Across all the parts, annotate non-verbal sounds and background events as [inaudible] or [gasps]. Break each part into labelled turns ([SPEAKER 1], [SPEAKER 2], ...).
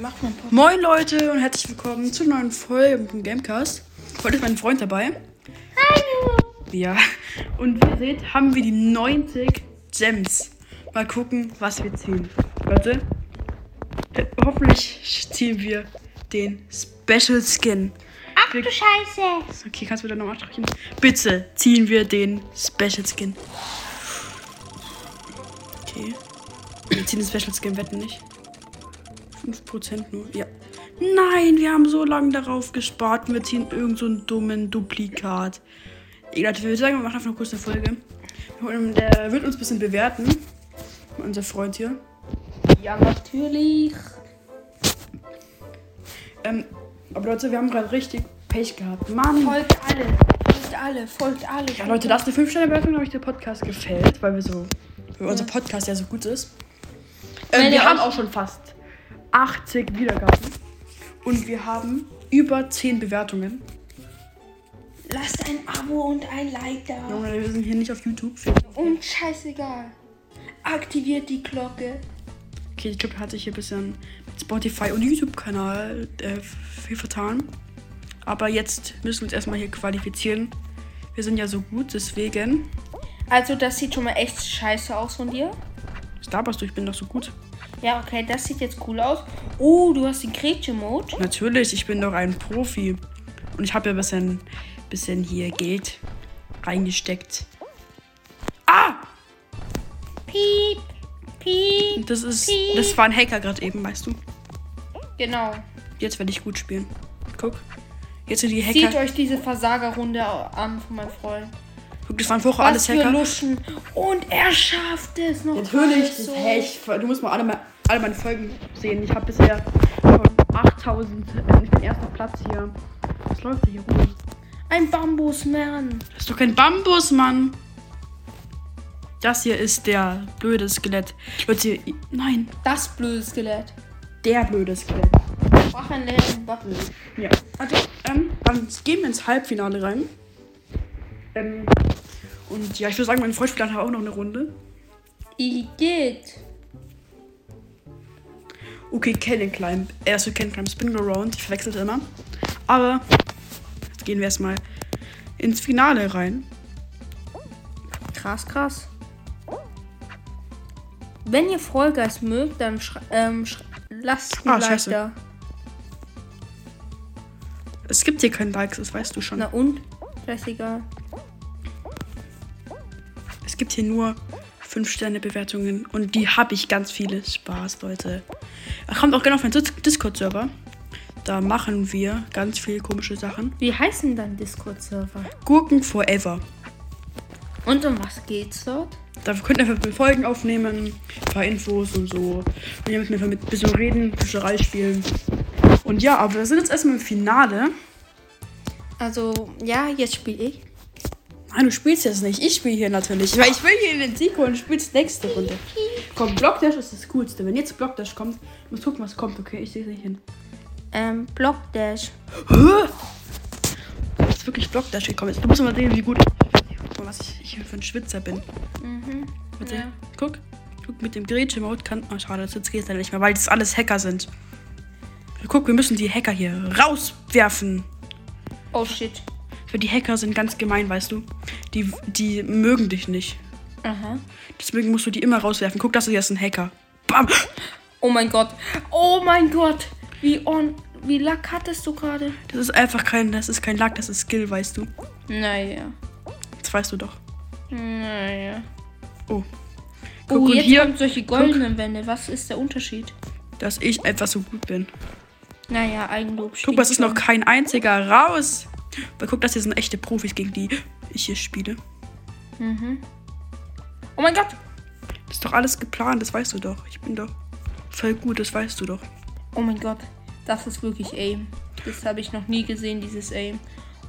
[SPEAKER 1] Mach mal ein paar.
[SPEAKER 2] Moin Leute und herzlich willkommen zur neuen Folge vom Gamecast. Heute ist mein Freund dabei. Hallo! Ja, und wie ihr seht, haben wir die 90 Gems. Mal gucken, was wir ziehen. Leute, äh, hoffentlich ziehen wir den Special Skin.
[SPEAKER 3] Ach du Scheiße.
[SPEAKER 2] Okay, kannst du wieder nochmal sprechen? Bitte ziehen wir den Special Skin. Okay. Wir ziehen den Special Skin, wetten nicht. 5% nur. Ja. Nein, wir haben so lange darauf gespart und wir ziehen irgend so einen dummen Duplikat. Ich Leute, wir sagen, wir machen einfach noch kurz eine Folge. Und Der wird uns ein bisschen bewerten. Unser Freund hier.
[SPEAKER 3] Ja, natürlich.
[SPEAKER 2] Ähm, aber Leute, wir haben gerade richtig Pech gehabt. Mann.
[SPEAKER 1] Folgt alle. Folgt alle. Folgt alle.
[SPEAKER 2] Ja, Ah, Leute, lasst eine 5-Sterne-Bewertung, ob euch der Podcast gefällt, weil wir so, weil unser Podcast ja so gut ist. Ähm,
[SPEAKER 3] Wenn
[SPEAKER 2] wir
[SPEAKER 3] ihr
[SPEAKER 2] haben
[SPEAKER 3] euch-
[SPEAKER 2] auch schon fast 80 Wiedergaben und wir haben über 10 Bewertungen.
[SPEAKER 1] Lasst ein Abo und ein Like da.
[SPEAKER 2] Junge, wir sind hier nicht auf YouTube.
[SPEAKER 1] Und scheißegal. Aktiviert die Glocke.
[SPEAKER 2] Okay, ich glaube, da hat sich hier ein bisschen mit Spotify und YouTube-Kanal äh, viel vertan. Aber jetzt müssen wir uns erstmal hier qualifizieren. Wir sind ja so gut, deswegen.
[SPEAKER 1] Also, das sieht schon mal echt scheiße aus von dir.
[SPEAKER 2] Star Wars, du, ich bin doch so gut.
[SPEAKER 1] Ja, okay, das sieht jetzt cool aus. Oh, du hast den Gretchen-Mode.
[SPEAKER 2] Natürlich, ich bin doch ein Profi. Und ich habe ja ein bisschen, bisschen hier Geld reingesteckt.
[SPEAKER 3] Piep. Piep.
[SPEAKER 2] Und das ist. Das war ein Hacker gerade eben, weißt du?
[SPEAKER 1] Genau.
[SPEAKER 2] Jetzt werde ich gut spielen. Guck. Jetzt sind die
[SPEAKER 1] Seht
[SPEAKER 2] Hacker.
[SPEAKER 1] euch diese Versagerrunde an von meinem Freund.
[SPEAKER 2] Guck, das waren vorher
[SPEAKER 1] Was
[SPEAKER 2] alles
[SPEAKER 1] für
[SPEAKER 2] Hacker.
[SPEAKER 1] Luschen. Und er schafft es noch.
[SPEAKER 2] Natürlich,
[SPEAKER 1] mal
[SPEAKER 2] das Hech. Du musst mal alle, me- alle meine Folgen sehen. Ich habe bisher schon 8000. äh, Ich bin erster Platz hier. Was läuft denn hier rum?
[SPEAKER 1] Ein Bambusmann.
[SPEAKER 2] Das ist doch kein Bambus, Mann. Das hier ist der blöde Skelett. Leute, i- nein.
[SPEAKER 1] Das blöde Skelett.
[SPEAKER 2] Der blöde Skelett.
[SPEAKER 1] Mach ein leeren Wappen.
[SPEAKER 2] Ja. Also, ähm, dann gehen wir ins Halbfinale rein. Ähm, und ja, ich würde sagen, mein Freund spielt nachher auch noch eine Runde.
[SPEAKER 1] Igitt.
[SPEAKER 2] Okay, Cannon Climb. Erste Cannon Climb, Spin Go Round. Ich verwechselte immer. Aber jetzt gehen wir erstmal ins Finale rein.
[SPEAKER 1] Krass, krass. Wenn ihr Fall Guys mögt, dann schre- ähm, schre- lasst ein
[SPEAKER 2] Ah,
[SPEAKER 1] Like
[SPEAKER 2] scheiße.
[SPEAKER 1] da.
[SPEAKER 2] Es gibt hier keinen Likes, das weißt du schon.
[SPEAKER 1] Na und? Scheißegal.
[SPEAKER 2] Es gibt hier nur 5-Sterne-Bewertungen und die habe ich ganz viele. Spaß, Leute. Kommt auch gerne auf meinen Dis- Discord-Server. Da machen wir ganz viele komische Sachen.
[SPEAKER 1] Wie heißen dann Discord-Server?
[SPEAKER 2] Gurken Forever.
[SPEAKER 1] Und um was geht's dort?
[SPEAKER 2] Da könnt ihr einfach Folgen aufnehmen, ein paar Infos und so. Und ihr müsst einfach mit ein bisschen reden, Fischerei spielen. Und ja, aber wir sind jetzt erstmal im Finale.
[SPEAKER 1] Also, ja, jetzt spiele ich.
[SPEAKER 2] Nein, du spielst jetzt nicht. Ich spiele hier natürlich. Weil ich will hier in den Sieg holen und spielst nächste Runde. Komm, Blockdash ist das Coolste. Wenn jetzt Blockdash kommt, muss gucken, was kommt, okay? Ich sehe es nicht hin.
[SPEAKER 1] Ähm, Blockdash.
[SPEAKER 2] Hä? Das ist wirklich Blockdash gekommen. ist. Du musst mal sehen, wie gut ich, guck mal, was ich, ich für ein Schwitzer bin.
[SPEAKER 1] Mhm.
[SPEAKER 2] Warte,
[SPEAKER 1] Ja.
[SPEAKER 2] guck. Guck, mit dem Gretchen-Mode kann. Oh, schade, das jetzt geht's leider nicht mehr, weil das alles Hacker sind. Guck, wir müssen die Hacker hier rauswerfen.
[SPEAKER 1] Oh shit.
[SPEAKER 2] Weil die Hacker sind ganz gemein, weißt du. Die, die mögen dich nicht.
[SPEAKER 1] Aha.
[SPEAKER 2] Deswegen musst du die immer rauswerfen. Guck, das ist jetzt ein Hacker. Bam!
[SPEAKER 1] Oh mein Gott. Oh mein Gott. Wie on. Wie Lack hattest du gerade?
[SPEAKER 2] Das ist einfach kein. Das ist kein Lack, das ist Skill, weißt du.
[SPEAKER 1] Naja.
[SPEAKER 2] Das weißt du doch.
[SPEAKER 1] Naja.
[SPEAKER 2] Oh. Guck,
[SPEAKER 1] Oh,
[SPEAKER 2] und
[SPEAKER 1] jetzt
[SPEAKER 2] hier,
[SPEAKER 1] kommt solche goldenen Wände. Was ist der Unterschied?
[SPEAKER 2] dass ich einfach so gut bin.
[SPEAKER 1] Naja, Eigenlob steht
[SPEAKER 2] Guck mal, es ist
[SPEAKER 1] schon.
[SPEAKER 2] noch kein einziger raus. Aber guck, das hier sind echte Profis, gegen die ich hier spiele.
[SPEAKER 1] Mhm. Oh mein Gott.
[SPEAKER 2] Das ist doch alles geplant, das weißt du doch. Ich bin doch voll gut, das weißt du doch.
[SPEAKER 1] Oh mein Gott. Das ist wirklich Aim. Das habe ich noch nie gesehen, dieses Aim.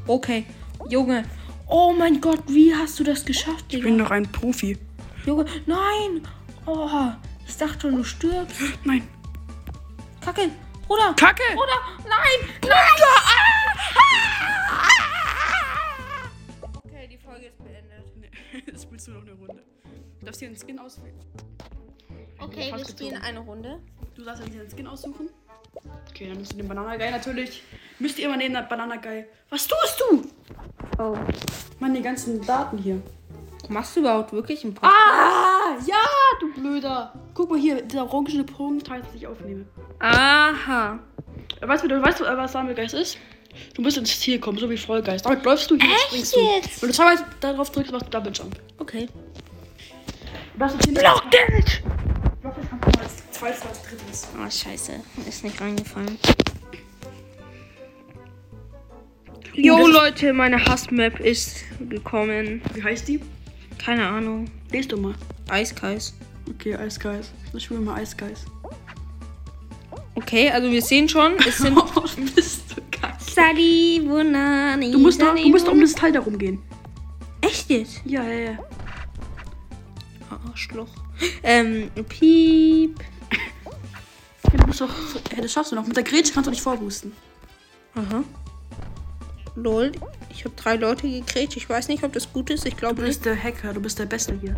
[SPEAKER 1] Okay. Junge. Oh mein Gott, wie hast du das geschafft,
[SPEAKER 2] Ich bin
[SPEAKER 1] Digga?
[SPEAKER 2] doch ein Profi.
[SPEAKER 1] Junge, nein. Oh, ich dachte schon, du stirbst.
[SPEAKER 2] Nein.
[SPEAKER 1] Kacke. Bruder.
[SPEAKER 2] Kacke! Ah!
[SPEAKER 1] Bruder, nein, nein! Okay, die Folge ist beendet.
[SPEAKER 2] [laughs] Jetzt spielst du noch eine Runde. Du darfst dir einen Skin auswählen.
[SPEAKER 3] Okay,
[SPEAKER 1] Wir spielen eine Runde.
[SPEAKER 2] Du darfst dir einen Skin aussuchen. Okay, dann müsst ihr den Banana Guy natürlich. Müsst ihr immer den Banana Guy. Was tust du?
[SPEAKER 1] Oh.
[SPEAKER 2] Mann, die ganzen Daten hier.
[SPEAKER 1] Machst du überhaupt wirklich einen Podcast?
[SPEAKER 2] Ah, ja, du Blöder. Guck mal hier, dieser orangene Punkt heißt, dass ich aufnehme.
[SPEAKER 1] Aha.
[SPEAKER 2] Äh, Weißt du, du- weißt du, äh, was Sammelgeist ist? Du musst ins Ziel kommen, so wie Vollgeist. Damit läufst du hier und springst du.
[SPEAKER 3] jetzt?
[SPEAKER 2] Wenn du zweimal darauf drückst, machst du Double Jump.
[SPEAKER 1] Okay.
[SPEAKER 2] Das ist Block Damage! Block Damage kannst du mal als zweites, als drittes.
[SPEAKER 1] Oh, scheiße. Ist nicht reingefallen.
[SPEAKER 2] das
[SPEAKER 1] Jo,
[SPEAKER 2] ist-
[SPEAKER 1] Leute, meine Hassmap ist gekommen.
[SPEAKER 2] Wie heißt die?
[SPEAKER 1] Keine Ahnung.
[SPEAKER 2] Lest du mal.
[SPEAKER 1] Eiskreis.
[SPEAKER 2] Okay, Eisgeist. Ich spiele mal Eisgeist.
[SPEAKER 1] Okay, also wir sehen schon,
[SPEAKER 2] [laughs]
[SPEAKER 1] es sind... [laughs]
[SPEAKER 2] Oh, bist du geil.
[SPEAKER 1] Sali Bonani.
[SPEAKER 2] Du musst, doch, du musst doch um das Teil darum gehen.
[SPEAKER 1] Echt jetzt?
[SPEAKER 2] Ja, ja, ja.
[SPEAKER 1] Ah, Arschloch. Ähm, piep.
[SPEAKER 2] Ja, Du musst doch, ja, das schaffst du noch. Mit der Grätsche kannst du nicht vorboosten.
[SPEAKER 1] Aha. Lol, ich habe drei Leute gekriegt. Ich weiß nicht, ob das gut ist. Ich glaube
[SPEAKER 2] Du
[SPEAKER 1] nicht.
[SPEAKER 2] bist der Hacker, du bist der Beste hier.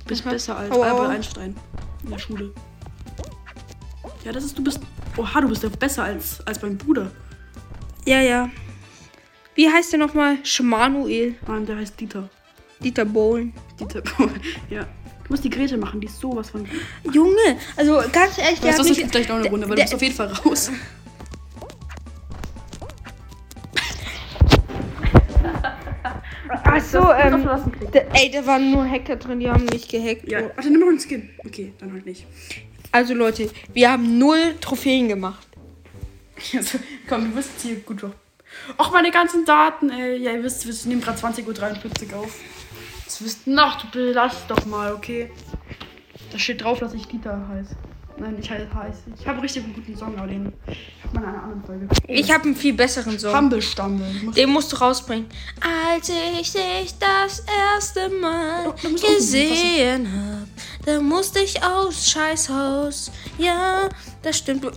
[SPEAKER 2] Du bist besser als
[SPEAKER 1] Au, au.
[SPEAKER 2] Albert Einstein in der Schule. Ja, das ist, du bist. Oha, du bist ja besser als, als mein Bruder.
[SPEAKER 1] Ja, ja. Wie heißt der nochmal? Schmanuel.
[SPEAKER 2] Mann, der heißt Dieter.
[SPEAKER 1] Dieter Bohlen.
[SPEAKER 2] Dieter [laughs] Ja. Du musst die Grätsche machen, die ist sowas von.
[SPEAKER 1] Junge, also ganz ehrlich,
[SPEAKER 2] Weißt du,
[SPEAKER 1] der hat
[SPEAKER 2] das
[SPEAKER 1] mich,
[SPEAKER 2] ist vielleicht noch eine
[SPEAKER 1] der-
[SPEAKER 2] Runde, weil du
[SPEAKER 1] der-
[SPEAKER 2] bist auf jeden Fall raus.
[SPEAKER 1] Ach so,
[SPEAKER 2] Das
[SPEAKER 1] ähm,
[SPEAKER 2] lassen kriegen.
[SPEAKER 1] der, ey, da waren nur Hacker drin, die haben mich gehackt.
[SPEAKER 2] Ja, warte, nimm noch einen Skin. Okay, dann halt nicht.
[SPEAKER 1] Also Leute, wir haben null Trophäen gemacht.
[SPEAKER 2] [laughs] Also, komm, du wirst hier gut drauf. Och, meine ganzen Daten, ey. Ja, ihr wisst, wir nehmen gerade 20.43 Uhr auf. Das wisst noch, du belast doch mal, okay? Da steht drauf, dass ich Dieter heiße. Nein, ich heiße heiß. Ich habe richtig einen guten Song, aber den hat man in einer anderen Folge.
[SPEAKER 1] Ich habe einen viel besseren Song.
[SPEAKER 2] Humble Stumble. Ich muss-
[SPEAKER 1] Den musst du rausbringen. Als ich dich das erste Mal
[SPEAKER 2] da musst du
[SPEAKER 1] gesehen hab, da musste ich aus Scheißhaus. Ja, das stimmt. Oh,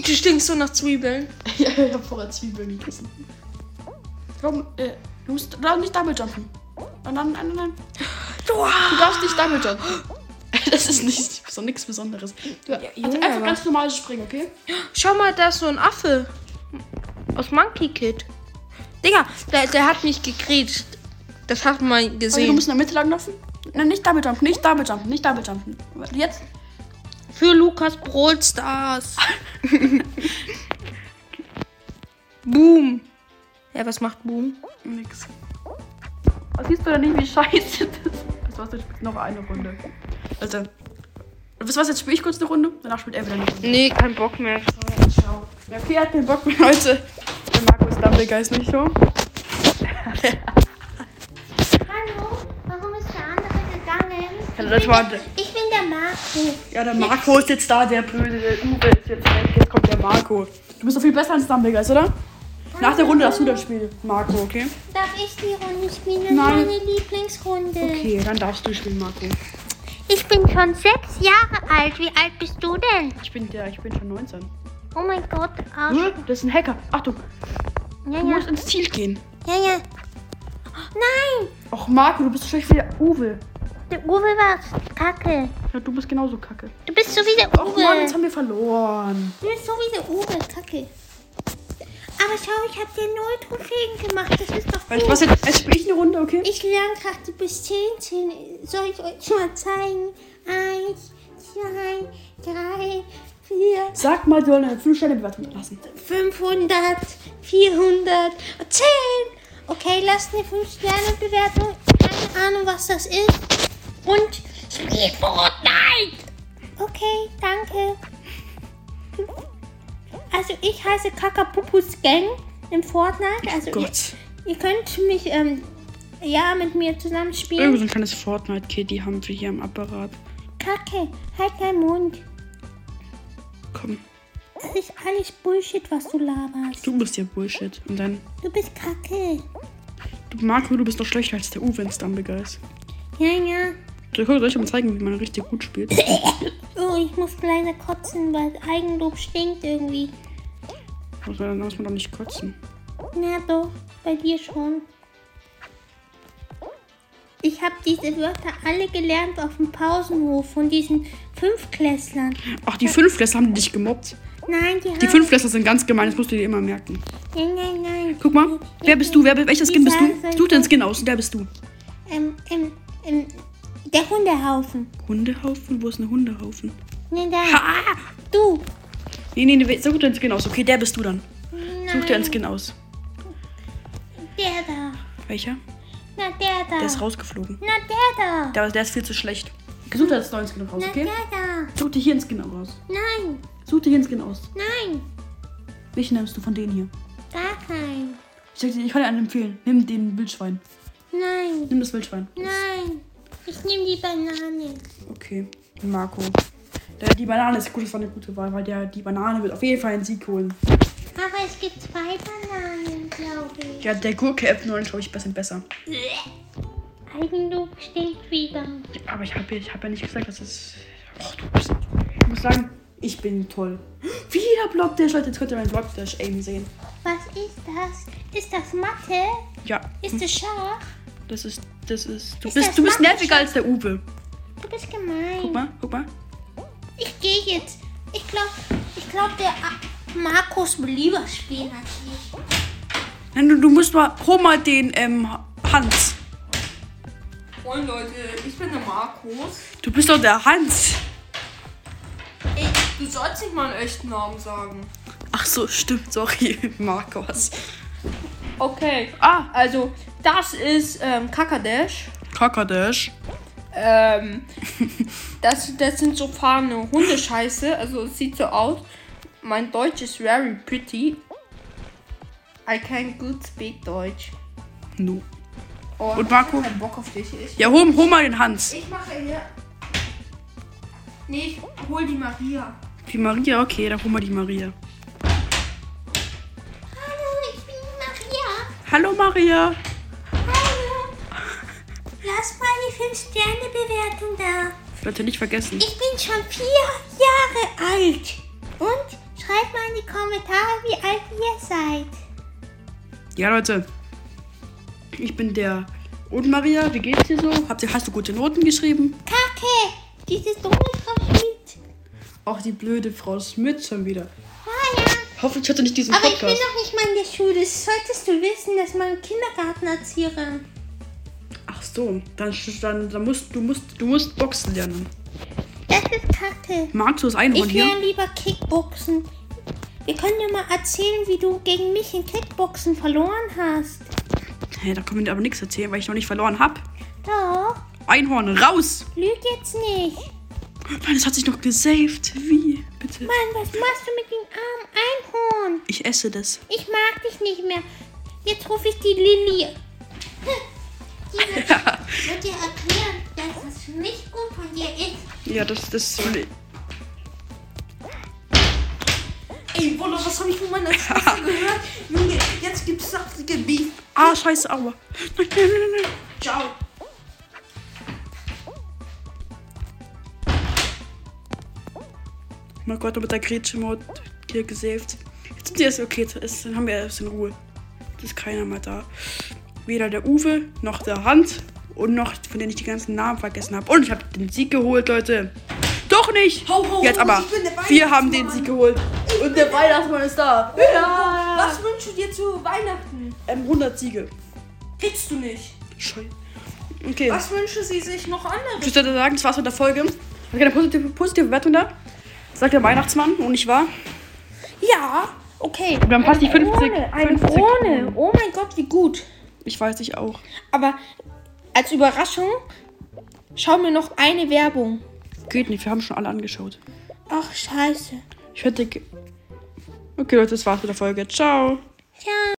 [SPEAKER 1] du stinkst so nach Zwiebeln.
[SPEAKER 2] [laughs] Ja, ich habe vorher Zwiebeln gegessen. Warum, äh, du musst du darfst nicht Double Jumpen. Nein, nein, nein, nein. Du darfst nicht Double Jumpen. Das ist nicht so nichts Besonderes. Du, also
[SPEAKER 1] Junge,
[SPEAKER 2] einfach
[SPEAKER 1] aber-
[SPEAKER 2] ganz normal springen, okay?
[SPEAKER 1] Schau mal, da ist so ein Affe. Aus Monkey Kid. Digga, der, der hat mich gegrätscht. Das hat man
[SPEAKER 2] Also du
[SPEAKER 1] gesehen.
[SPEAKER 2] musst in der Mitte lang laufen. Nein, nicht Double Jumpen, nicht Double Jumpen, nicht Double Jumpen. Jetzt.
[SPEAKER 1] Für Lukas [laughs] Broadstars. Boom. Ja, was macht Boom?
[SPEAKER 2] Nix. Siehst du denn nicht, wie scheiße das ist? Das war's, jetzt spielst noch eine Runde. Also. Wisst ihr was, jetzt spiele ich kurz eine Runde, danach spielt er wieder eine Runde.
[SPEAKER 1] Nee, kein Bock mehr.
[SPEAKER 2] Ja, okay, hat den Bock mehr heute. Der Markus Dumblegeist nicht so.
[SPEAKER 3] Hallo, warum ist der andere gegangen?
[SPEAKER 2] Hallo,
[SPEAKER 3] ich,
[SPEAKER 2] das
[SPEAKER 3] bin
[SPEAKER 2] war
[SPEAKER 3] der, ich bin der Marco.
[SPEAKER 2] Ja, der Marco ist jetzt da, der blöde, der Uwe ist jetzt weg. Jetzt kommt der Marco. Du bist doch viel besser als Dumblegeist, oder? Nach der Runde darfst du das Spiel, Marco, okay?
[SPEAKER 3] Darf ich die Runde
[SPEAKER 2] Nein.
[SPEAKER 3] spielen? Meine Lieblingsrunde.
[SPEAKER 2] Okay, dann darfst du spielen, Marco.
[SPEAKER 3] Ich bin schon sechs Jahre alt. Wie alt bist du denn?
[SPEAKER 2] Ich bin der, ich bin schon 19.
[SPEAKER 3] Oh mein Gott, Arsch.
[SPEAKER 2] Hä? Das ist ein Hacker. Achtung,
[SPEAKER 3] Ja,
[SPEAKER 2] du
[SPEAKER 3] ja,
[SPEAKER 2] musst ins Ziel gehen.
[SPEAKER 3] ja, ja. Nein,
[SPEAKER 2] Och, Marco, du bist so schlecht wie der Uwe.
[SPEAKER 3] der Uwe war's. Kacke.
[SPEAKER 2] Ja, du bist genauso kacke.
[SPEAKER 3] Du bist so wie der
[SPEAKER 2] Och,
[SPEAKER 3] Uwe.
[SPEAKER 2] Mann, jetzt haben wir verloren.
[SPEAKER 3] Du bist so wie der Uwe. Kacke. Aber schau, ich hab dir null Trophäen gemacht. Das ist doch
[SPEAKER 2] Weil ich was
[SPEAKER 3] gut.
[SPEAKER 2] jetzt, jetzt spiele ich eine Runde, okay?
[SPEAKER 3] Ich lerne gerade du bist 10, 10. Soll ich euch mal zeigen? Eins, zwei, drei, vier,
[SPEAKER 2] Sag mal, du sollst eine 5-Sterne-Bewertung lassen.
[SPEAKER 3] 500, 400, 10. Okay, lasst eine 5-Sterne-Bewertung. Keine Ahnung, was das ist. Und spielt Fortnite. Okay, danke. Also ich heiße Kakapupus Gang im Fortnite. Also
[SPEAKER 2] Gott.
[SPEAKER 3] Ihr, ihr könnt mich ähm, ja mit mir zusammen spielen.
[SPEAKER 2] Irgend so ein kleines Fortnite-Kid, die haben wir hier im Apparat.
[SPEAKER 3] Kacke, halt deinen Mund.
[SPEAKER 2] Komm,
[SPEAKER 3] Das ist alles Bullshit, was du laberst.
[SPEAKER 2] du bist ja Bullshit. Und dann
[SPEAKER 3] Du bist Kacke.
[SPEAKER 2] Du, Marco, du bist doch schlechter als der Uwe in Stumbleguys.
[SPEAKER 3] Ja, ja.
[SPEAKER 2] Soll ich- soll ich euch mal zeigen, wie man richtig gut spielt?
[SPEAKER 3] Oh, ich muss leider kotzen, weil Eigenlob stinkt irgendwie.
[SPEAKER 2] Muss man, dann muss man doch nicht kotzen.
[SPEAKER 3] Na doch, bei dir schon. Ich habe diese Wörter alle gelernt auf dem Pausenhof von diesen Fünfklässlern.
[SPEAKER 2] Ach, die Fünfklässler haben dich gemobbt.
[SPEAKER 3] Nein,
[SPEAKER 2] Die
[SPEAKER 3] die, haben-
[SPEAKER 2] Fünfklässler sind ganz gemein, das musst du dir immer merken.
[SPEAKER 3] Nein, nein, nein.
[SPEAKER 2] Guck mal, wer bist du? Wer, welcher Skin bist du? Such deinen Skin aus und wer bist du?
[SPEAKER 3] Ähm, ähm, ähm, der Hundehaufen.
[SPEAKER 2] Hundehaufen? Wo ist ein Hundehaufen?
[SPEAKER 3] Nein, nein. Du.
[SPEAKER 2] Nee, nee, nee, such deinen Skin aus. Okay, der bist du dann. Such dir einen Skin aus.
[SPEAKER 3] Der da.
[SPEAKER 2] Welcher?
[SPEAKER 3] Na, der da.
[SPEAKER 2] Der ist rausgeflogen.
[SPEAKER 3] Na, der da.
[SPEAKER 2] Der, der ist viel zu schlecht. Such dir jetzt einen neuen Skin raus,
[SPEAKER 3] Na,
[SPEAKER 2] okay?
[SPEAKER 3] der da.
[SPEAKER 2] Such dir hier einen Skin raus.
[SPEAKER 3] Nein,
[SPEAKER 2] Such dir hier einen Skin aus.
[SPEAKER 3] nein.
[SPEAKER 2] Welchen nimmst du von denen hier?
[SPEAKER 3] Gar kein.
[SPEAKER 2] Ich, sag dir, ich kann dir einen empfehlen. Nimm den Wildschwein.
[SPEAKER 3] Nein,
[SPEAKER 2] Nimm das Wildschwein.
[SPEAKER 3] nein. Ich nehme die Banane.
[SPEAKER 2] Okay, Marco. Der, die Banane ist gut, das war eine gute Wahl, weil der, die Banane wird auf jeden Fall einen Sieg holen.
[SPEAKER 3] Aber es gibt zwei Bananen, glaube ich.
[SPEAKER 2] Ja, der Gurke F9 ist, glaube ich, ein bisschen besser.
[SPEAKER 3] Eigenlob stinkt wieder.
[SPEAKER 2] Ja, aber ich habe ich hab ja nicht gesagt, dass es. Och, du bist. Ich muss sagen, ich bin toll. [gasps] Wieder Blockdash, Leute. Jetzt könnt ihr meinen Blockdash Aim sehen.
[SPEAKER 3] Was ist das? Ist das Mathe?
[SPEAKER 2] Ja.
[SPEAKER 3] Ist das Schach?
[SPEAKER 2] Das ist. Das ist. Du
[SPEAKER 3] Ist das
[SPEAKER 2] bist, du bist
[SPEAKER 3] Mathe-
[SPEAKER 2] nerviger als der Uwe.
[SPEAKER 3] Du bist gemein.
[SPEAKER 2] Guck mal, guck mal.
[SPEAKER 3] Ich gehe jetzt. Ich glaube, ich glaub, der A- Markus Belieber spielt natürlich.
[SPEAKER 2] Nein, du, du musst mal. Hol mal den ähm, Hans.
[SPEAKER 1] Moin Leute, ich bin der Markus.
[SPEAKER 2] Du bist doch der Hans.
[SPEAKER 1] Du sollst nicht meinen echten Namen sagen.
[SPEAKER 2] Ach so, stimmt, sorry, [laughs] Markus.
[SPEAKER 1] Okay,
[SPEAKER 2] Ah,
[SPEAKER 1] also das ist ähm, Kakadesh.
[SPEAKER 2] Kakadesh.
[SPEAKER 1] Ähm, das, das sind so fahrende Hundescheiße. Also es sieht so aus. Mein Deutsch ist very pretty. I can good speak Deutsch.
[SPEAKER 2] No.
[SPEAKER 1] Oh,
[SPEAKER 2] Und Marco?
[SPEAKER 1] Ich hab keinen Bock auf dich. Ich,
[SPEAKER 2] Ja, hol, hol mal den Hans.
[SPEAKER 1] ich mache hier. Nee, ich hol die Maria.
[SPEAKER 2] Die Maria, okay, dann hol mal die Maria.
[SPEAKER 3] Hallo, ich bin die Maria.
[SPEAKER 2] Hallo Maria.
[SPEAKER 3] Hallo. Lass mal die 5-Sterne-Bewertung da.
[SPEAKER 2] Leute, nicht vergessen.
[SPEAKER 3] Ich bin schon vier Jahre alt. Und schreibt mal in die Kommentare, wie alt ihr seid.
[SPEAKER 2] Ja, Leute. Ich bin der. Und Maria, wie geht's dir so? Habt ihr, hast du gute Noten geschrieben?
[SPEAKER 3] Kacke. Dieses dumme Profit.
[SPEAKER 2] Auch die blöde Frau Smith schon wieder.
[SPEAKER 3] Ah ja.
[SPEAKER 2] Hoffentlich hört ihr nicht diesen
[SPEAKER 3] Aber ich bin
[SPEAKER 2] Podcast.
[SPEAKER 3] noch nicht mal in der Schule. Das solltest du wissen, dass man Kindergarten erzieherin.
[SPEAKER 2] Ach so, dann, dann, dann musst du musst du musst Boxen lernen.
[SPEAKER 3] Das ist Kacke.
[SPEAKER 2] Magst du das einholen
[SPEAKER 3] Ich
[SPEAKER 2] hier?
[SPEAKER 3] lerne lieber Kickboxen. Wir können dir mal erzählen, wie du gegen mich in Kickboxen verloren hast.
[SPEAKER 2] Hä, da kann man dir aber nichts erzählen, weil ich noch nicht verloren hab.
[SPEAKER 3] Doch,
[SPEAKER 2] Einhorn, raus!
[SPEAKER 3] lüg jetzt nicht.
[SPEAKER 2] Nein, das hat sich noch gesaved. Wie? Bitte.
[SPEAKER 3] Mann, was machst du mit dem armen Einhorn?
[SPEAKER 2] Ich esse das.
[SPEAKER 3] Ich mag dich nicht mehr. Jetzt rufe ich die Lilly. [laughs] Die wird, wird dir erklären, dass es nicht gut von dir ist.
[SPEAKER 2] Ja, das, das
[SPEAKER 1] Ey, Wunder, was habe ich von meiner [laughs] Schwester gehört? Junge, jetzt gibt's saftige Beef.
[SPEAKER 2] Ah, scheiße, aua. Nein, nein, nein, nein.
[SPEAKER 1] Ciao.
[SPEAKER 2] Oh mein Gott, mit der Grätsche-Mode hier gesaved. Jetzt sind die erst okay, jetzt ist, dann haben wir erst in Ruhe. Jetzt ist keiner mehr da. Weder der Uwe, noch der Hans und noch, von denen ich die ganzen Namen vergessen habe. Und ich habe den Sieg geholt, Leute. Doch nicht!
[SPEAKER 1] Hau, hau,
[SPEAKER 2] jetzt
[SPEAKER 1] hau,
[SPEAKER 2] aber,
[SPEAKER 1] ich bin der
[SPEAKER 2] wir haben den
[SPEAKER 1] Weihnachtsmann.
[SPEAKER 2] Sieg geholt. Und der Weihnachtsmann ist da. Ja!
[SPEAKER 1] Was wünschst du dir zu Weihnachten?
[SPEAKER 2] Ähm, 100 Siege.
[SPEAKER 1] Kriegst du nicht.
[SPEAKER 2] Scheiße. Okay.
[SPEAKER 1] Was wünschen sie sich noch anderes?
[SPEAKER 2] Ich würde sagen, das war's mit der Folge. Hat keine positive, positive Bewertung da? Sagt der Weihnachtsmann und ich war.
[SPEAKER 1] Ja, okay.
[SPEAKER 2] Wir haben fast die 50.
[SPEAKER 1] Krone, eine
[SPEAKER 2] 50.
[SPEAKER 1] Krone. Oh mein Gott, wie gut.
[SPEAKER 2] Ich weiß, ich auch.
[SPEAKER 1] Aber als Überraschung, schau mir noch eine Werbung.
[SPEAKER 2] Geht nicht, wir haben schon alle angeschaut.
[SPEAKER 1] Ach, scheiße.
[SPEAKER 2] Ich hätte. ge- Okay, Leute, das war's mit der Folge. Ciao.